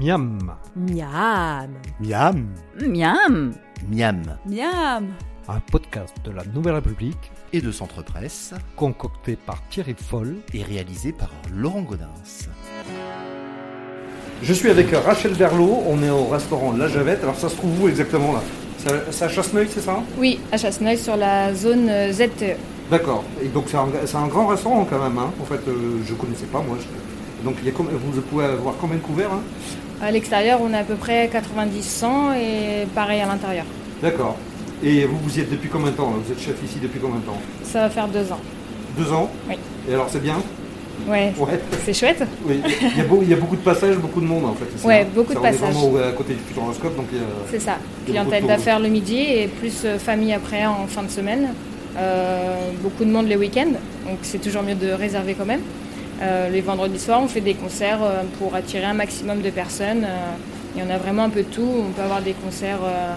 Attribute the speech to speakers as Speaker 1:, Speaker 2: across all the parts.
Speaker 1: Miam.
Speaker 2: Miam.
Speaker 3: Miam.
Speaker 4: Miam.
Speaker 5: Miam
Speaker 4: Miam.
Speaker 1: Un podcast de la Nouvelle République
Speaker 5: et de Centre Presse
Speaker 1: concocté par Thierry Foll.
Speaker 5: est réalisé par Laurent Godin.
Speaker 1: Je suis avec euh, Rachel Verlot. On est au restaurant La Javette. Alors ça se trouve où exactement là ça, ça Chasseneuil, c'est ça
Speaker 6: Oui, à Chasseneuil sur la zone euh, ZTE.
Speaker 1: D'accord. Et donc c'est un, c'est un grand restaurant quand même. hein. En fait, euh, je connaissais pas moi. Je- Donc il y a combien- vous pouvez avoir combien de couverts hein
Speaker 6: À l'extérieur, on est à peu près 90-100 et pareil à l'intérieur.
Speaker 1: D'accord. Et vous, vous y êtes depuis combien de temps là Vous êtes chef ici depuis combien de temps
Speaker 6: Ça va faire deux ans.
Speaker 1: Deux ans
Speaker 6: Oui.
Speaker 1: Et alors c'est bien
Speaker 6: Ouais,
Speaker 1: Ouais.
Speaker 6: c'est chouette.
Speaker 1: Oui. Il, y a beau- il y a beaucoup de passages, beaucoup de monde en fait. ici,
Speaker 6: Ouais,
Speaker 1: hein.
Speaker 6: beaucoup de
Speaker 1: Ça, on est
Speaker 6: passages.
Speaker 1: vraiment au- à côté du futuroscope, donc il y a-
Speaker 6: C'est ça.
Speaker 1: Il y a beaucoup de
Speaker 6: Clientèle
Speaker 1: monde.
Speaker 6: d'affaires le midi et plus euh, famille après en fin de semaine. Euh, beaucoup de monde les week-ends, donc c'est toujours mieux de réserver quand même. Euh, les vendredis soirs, on fait des concerts euh, pour attirer un maximum de personnes. Euh, Il y en a vraiment un peu de tout. On peut avoir des concerts euh,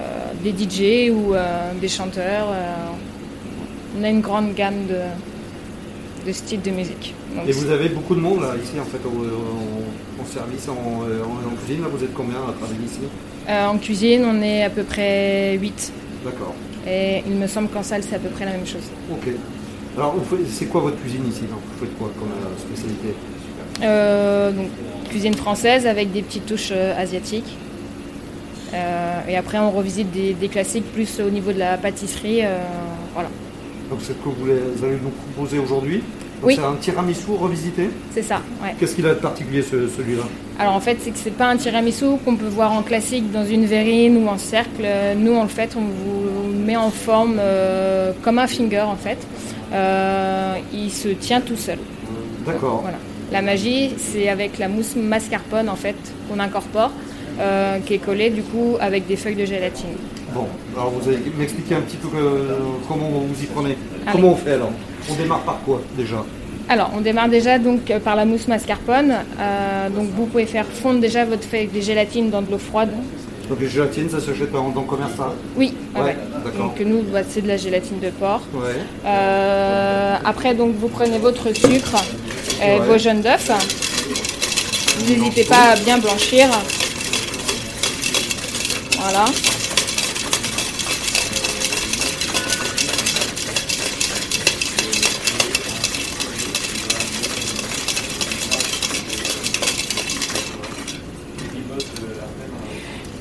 Speaker 6: euh, des DJ ou euh, des chanteurs. Euh, on a une grande gamme de, de styles de musique. Donc,
Speaker 1: Et vous avez beaucoup de monde là, ici en fait, au- en, en service, en, euh, en- en cuisine. Là, vous êtes combien à travailler ici
Speaker 6: euh, en cuisine, on est à peu près 8.
Speaker 1: D'accord.
Speaker 6: Et il me semble qu'en salle, c'est à peu près la même chose.
Speaker 1: Ok. Alors, vous faites- c'est quoi votre cuisine ici donc Vous faites quoi comme euh, spécialité
Speaker 6: Euh, donc, cuisine française avec des petites touches euh, asiatiques. Euh, et après, on revisite des, des classiques plus au niveau de la pâtisserie. euh, voilà,
Speaker 1: Donc, c'est ce que vous, les- vous allez nous proposer aujourd'hui. Donc,
Speaker 6: Oui.
Speaker 1: C'est un tiramisu revisité.
Speaker 6: c'est ça. Ouais.
Speaker 1: Qu'est-ce qu'il a de particulier ce- celui-là
Speaker 6: Alors en fait, c'est que c'est pas un tiramisu qu'on peut voir en classique dans une verrine ou en cercle. Euh, Nous, en le fait, on vous met en forme euh, comme un finger en fait. Euh, il se tient tout seul.
Speaker 1: D'accord.
Speaker 6: Voilà. La magie, c'est avec la mousse mascarpone en fait qu'on incorpore, euh, qui est collée du coup avec des feuilles de gélatine.
Speaker 1: Bon, alors vous allez m'expliquer un petit peu euh, comment vous y prenez.
Speaker 6: Allez.
Speaker 1: Comment on fait alors On démarre par quoi déjà
Speaker 6: Alors, on démarre déjà donc euh, par la mousse mascarpone. Euh, donc, vous pouvez faire fondre déjà votre feuille de gélatine dans de l'eau froide.
Speaker 1: Donc les gélatines, ça s'achète en- dans le commerce ça
Speaker 6: Oui. ah
Speaker 1: Ouais,
Speaker 6: ouais.
Speaker 1: d'accord.
Speaker 6: Donc nous, bah, c'est de la gélatine de porc.
Speaker 1: Ouais.
Speaker 6: Euh, après, donc, vous prenez votre sucre et
Speaker 1: Ouais.
Speaker 6: vos jaunes d'œufs. Vous N'hésitez pas à bien blanchir. Voilà.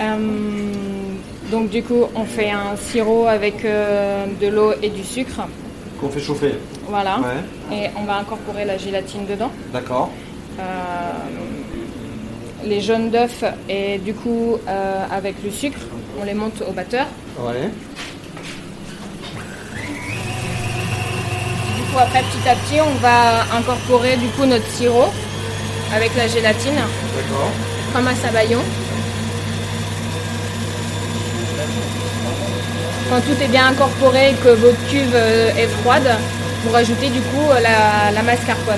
Speaker 6: Euh, donc du coup, on fait un sirop avec euh, de l'eau et du sucre.
Speaker 1: Qu'on fait chauffer.
Speaker 6: Voilà.
Speaker 1: Ouais.
Speaker 6: Et on va incorporer la gélatine dedans.
Speaker 1: D'accord.
Speaker 6: Euh, les jaunes d'œufs et du coup euh, avec le sucre, on les monte au batteur.
Speaker 1: Ouais.
Speaker 6: Du coup après petit à petit on va incorporer du coup notre sirop avec la gélatine
Speaker 1: D'accord.
Speaker 6: comme un sabayon. Quand tout est bien incorporé et que votre cuve euh, est froide, vous rajoutez du coup euh, la, la mascarpone.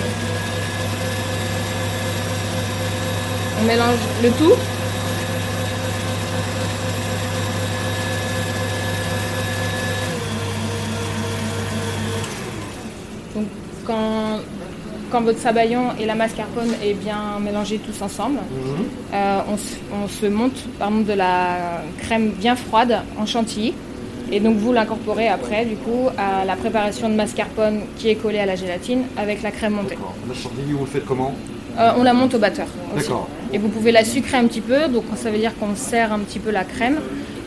Speaker 6: On mélange le tout. Donc quand, quand votre sabayon et la mascarpone est bien mélangés tous ensemble, euh, on, se, on se monte pardon, de la crème bien froide en chantilly. Et donc vous l'incorporez après du coup à la préparation de mascarpone qui est collée à la gélatine avec la crème montée.
Speaker 1: D'accord. La chantilly, vous le faites comment
Speaker 6: Euh, on la monte au batteur. aussi.
Speaker 1: D'accord.
Speaker 6: Et vous pouvez la sucrer un petit peu, donc ça veut dire qu'on serre un petit peu la crème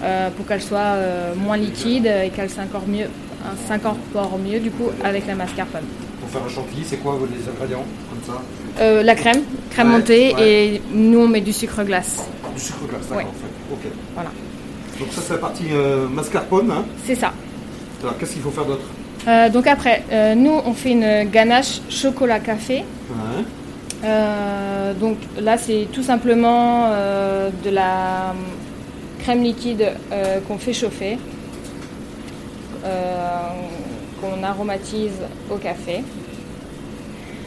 Speaker 6: euh, pour qu'elle soit euh, moins liquide et qu'elle s'incorpore mieux, euh, s'incorpore mieux du coup avec la mascarpone.
Speaker 1: Pour faire la chantilly, c'est quoi euh, les ingrédients comme ça
Speaker 6: Euh, la crème, crème
Speaker 1: Ouais,
Speaker 6: montée,
Speaker 1: ouais.
Speaker 6: et nous on met du sucre glace.
Speaker 1: Du sucre glace,
Speaker 6: Ouais.
Speaker 1: d'accord. en fait. Ok.
Speaker 6: Voilà,
Speaker 1: Donc ça, c'est la partie euh, mascarpone. Hein.
Speaker 6: c'est ça.
Speaker 1: Alors, qu'est-ce qu'il faut faire d'autre
Speaker 6: Euh, donc après, euh, nous on fait une ganache chocolat café.
Speaker 1: Ouais.
Speaker 6: Euh, donc là c'est tout simplement euh, de la crème liquide euh, qu'on fait chauffer, euh, qu'on aromatise au café.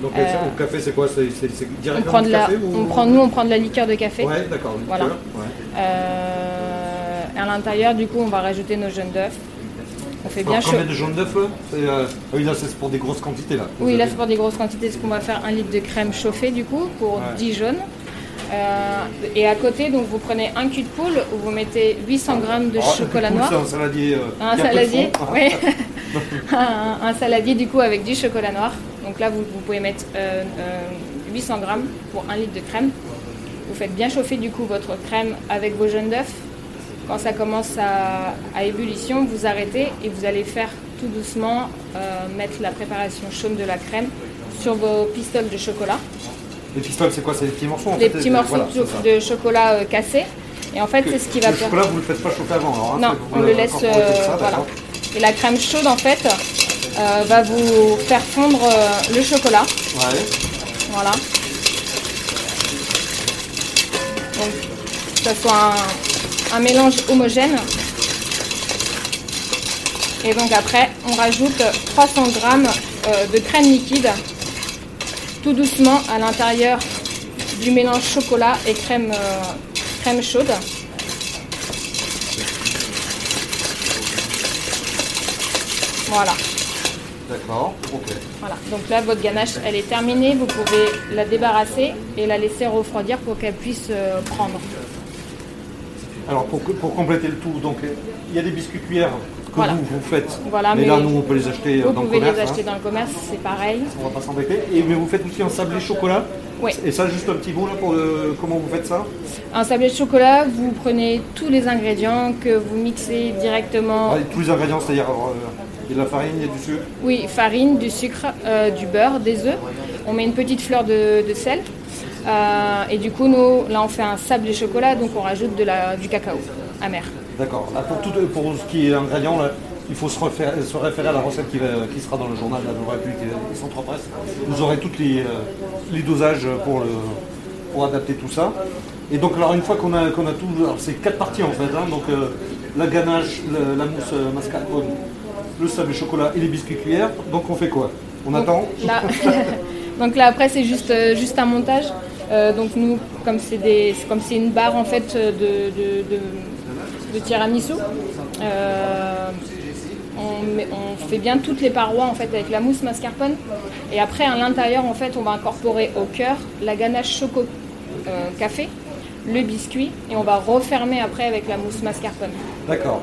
Speaker 1: Donc
Speaker 6: Euh,
Speaker 1: le- le café, c'est quoi C'est c'est- c'est
Speaker 6: On
Speaker 1: directement
Speaker 6: prend de
Speaker 1: du
Speaker 6: la,
Speaker 1: café ou-
Speaker 6: on prend, nous on prend de la liqueur de café.
Speaker 1: Ouais, d'accord. une
Speaker 6: Voilà.
Speaker 1: liqueur, ouais.
Speaker 6: Euh, à l'intérieur du coup on va rajouter nos jaunes d'œufs. On fait bien
Speaker 1: Alors,
Speaker 6: chaud.
Speaker 1: combien de jaunes d'œufs là C'est, euh, ah Oui, là, c'est pour des grosses quantités là.
Speaker 6: Oui,
Speaker 1: Vous
Speaker 6: là
Speaker 1: avez-
Speaker 6: c'est pour des grosses quantités, parce qu'on va faire un litre de crème chauffée du coup pour
Speaker 1: Ouais.
Speaker 6: 10 jaunes. Euh, et à côté, donc vous prenez un cul de poule où vous mettez 800 grammes de
Speaker 1: Alors,
Speaker 6: chocolat
Speaker 1: Ah, du coup,
Speaker 6: noir.
Speaker 1: C'est un saladier. euh,
Speaker 6: Un
Speaker 1: qui a peu de
Speaker 6: saladier,
Speaker 1: fond. Ah,
Speaker 6: oui. un, un saladier du coup avec du chocolat noir. Donc là, vous, vous pouvez mettre euh, euh, 800 grammes pour un litre de crème. Vous faites bien chauffer du coup votre crème avec vos jeunes d'œufs. Quand ça commence à, à ébullition, vous arrêtez et vous allez faire tout doucement euh, mettre la préparation chaude de la crème sur vos pistoles de chocolat
Speaker 1: Les pistoles, c'est quoi C'est des petits morceaux en
Speaker 6: des
Speaker 1: fait,
Speaker 6: petits
Speaker 1: et-
Speaker 6: morceaux
Speaker 1: voilà,
Speaker 6: de
Speaker 1: c'est
Speaker 6: cho-
Speaker 1: ça.
Speaker 6: de chocolat euh, cassé. Et en fait,
Speaker 1: Que-
Speaker 6: c'est ce qui va
Speaker 1: Le
Speaker 6: faire.
Speaker 1: chocolat, vous ne le faites pas chauffer avant. alors, hein,
Speaker 6: Non,
Speaker 1: c'est- vous
Speaker 6: on le
Speaker 1: l'avez
Speaker 6: laisse.
Speaker 1: incorporé comme
Speaker 6: euh,
Speaker 1: ça,
Speaker 6: voilà.
Speaker 1: d'accord.
Speaker 6: Et la crème chaude, en fait, euh, va vous faire fondre euh, le chocolat.
Speaker 1: Ouais.
Speaker 6: Voilà. Donc, que ça soit un, un mélange homogène. Et donc après, on rajoute 300 grammes euh, de crème liquide, tout doucement à l'intérieur du mélange chocolat et crème, euh, crème chaude. Voilà.
Speaker 1: D'accord. Ok.
Speaker 6: Voilà, donc là votre ganache elle est terminée, vous pouvez la débarrasser et la laisser refroidir pour qu'elle puisse euh, prendre.
Speaker 1: Alors pour, pour compléter le tout, donc il y a des biscuits cuillères que
Speaker 6: Voilà.
Speaker 1: vous, vous faites.
Speaker 6: Voilà,
Speaker 1: mais,
Speaker 6: mais
Speaker 1: là nous on peut les acheter euh,
Speaker 6: Vous
Speaker 1: dans le
Speaker 6: pouvez
Speaker 1: commerce.
Speaker 6: les acheter
Speaker 1: hein.
Speaker 6: dans le commerce, c'est pareil.
Speaker 1: On va pas s'embêter. Et mais vous faites aussi un sablé chocolat.
Speaker 6: Oui.
Speaker 1: Et ça juste un petit mot là pour le- comment vous faites ça
Speaker 6: Un sablé de chocolat, vous prenez tous les ingrédients que vous mixez directement.
Speaker 1: Ah, et Tous les ingrédients, c'est-à-dire euh, il y a de la farine, il y a du sucre.
Speaker 6: Oui, farine, du sucre, euh, du beurre, des œufs. On met une petite fleur de, de sel. Euh, et du coup, nous, là, on fait un sablé chocolat, donc on rajoute de la, du cacao amer.
Speaker 1: D'accord. Là, pour tout pour ce qui est ingrédients là, Il faut se, refaire- se référer à la recette qui, va- qui sera dans le journal, là, dans la République et Centre Presse. Vous aurez tous les, euh, les dosages pour, le, pour adapter tout ça. Et donc, alors, une fois qu'on a, qu'on a tout, alors, c'est quatre parties en fait. hein. donc, euh, la ganache, le- la mousse euh, mascarpone, le sablé chocolat et les biscuits cuillères. Donc, on fait quoi On attend
Speaker 6: Là- donc là après c'est juste, euh, juste un montage. Euh, donc nous, comme c'est des- c'est comme c'est une barre en fait de, de, de- de tiramisu, euh, on, met- on fait bien toutes les parois en fait avec la mousse mascarpone. Et après à l'intérieur en fait on va incorporer au cœur la ganache choco euh, café, le biscuit et on va refermer après avec la mousse mascarpone.
Speaker 1: D'accord.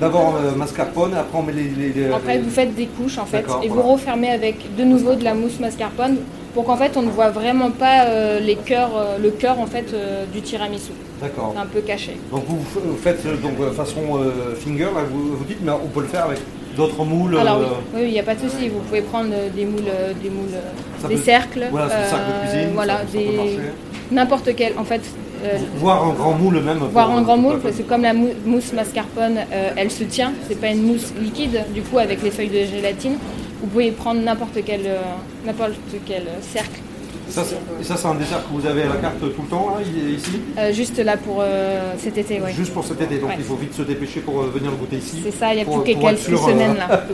Speaker 1: D'abord euh, mascarpone, après on met les. les- les-
Speaker 6: Après, vous faites des couches en fait
Speaker 1: D'accord,
Speaker 6: et
Speaker 1: voilà.
Speaker 6: vous refermez avec de nouveau de la mousse mascarpone pour qu'en fait on ne voit vraiment pas euh, les cœurs, euh, le cœur en fait euh, du tiramisu.
Speaker 1: D'accord.
Speaker 6: C'est un peu caché.
Speaker 1: Donc vous f- vous faites euh, donc euh, façon euh, finger, là, vous, vous dites, mais on peut le faire avec d'autres moules.
Speaker 6: Alors oui,
Speaker 1: euh,
Speaker 6: oui, il n'y a pas de souci. Vous pouvez prendre euh, des moules, euh, des moules, euh,
Speaker 1: Ça
Speaker 6: des
Speaker 1: peut-
Speaker 6: cercles,
Speaker 1: voilà, c'est des cercles de cuisine, ça
Speaker 6: Euh, voilà,
Speaker 1: peut- ça peut
Speaker 6: des-
Speaker 1: marcher.
Speaker 6: n'importe quel. En fait, euh,
Speaker 1: Voire un grand moule même.
Speaker 6: Voir
Speaker 1: pour- euh,
Speaker 6: un grand
Speaker 1: pour
Speaker 6: moule,
Speaker 1: la
Speaker 6: parce que comme la mou- mousse mascarpone, euh, elle se tient, c'est pas une mousse liquide, du coup, avec les feuilles de gélatine, vous pouvez prendre n'importe quel, euh, n'importe quel euh, cercle.
Speaker 1: Ça, c'est- et ça, c'est un dessert que vous avez à la carte tout le temps, là, i- ici,
Speaker 6: Euh, juste là pour euh, cet été, ouais.
Speaker 1: juste pour cet été. Donc
Speaker 6: Ouais.
Speaker 1: il faut vite se dépêcher pour euh, venir le goûter ici.
Speaker 6: C'est ça, il y a
Speaker 1: pour-
Speaker 6: plus que
Speaker 1: pour être
Speaker 6: quelques
Speaker 1: sûr, euh,
Speaker 6: semaines là.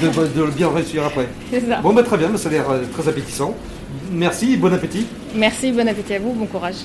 Speaker 1: de, de le bien réussir après.
Speaker 6: C'est ça.
Speaker 1: Bon, bah, très bien, ça a l'air euh, très appétissant. Merci, bon appétit.
Speaker 6: Merci, bon appétit à vous, bon courage.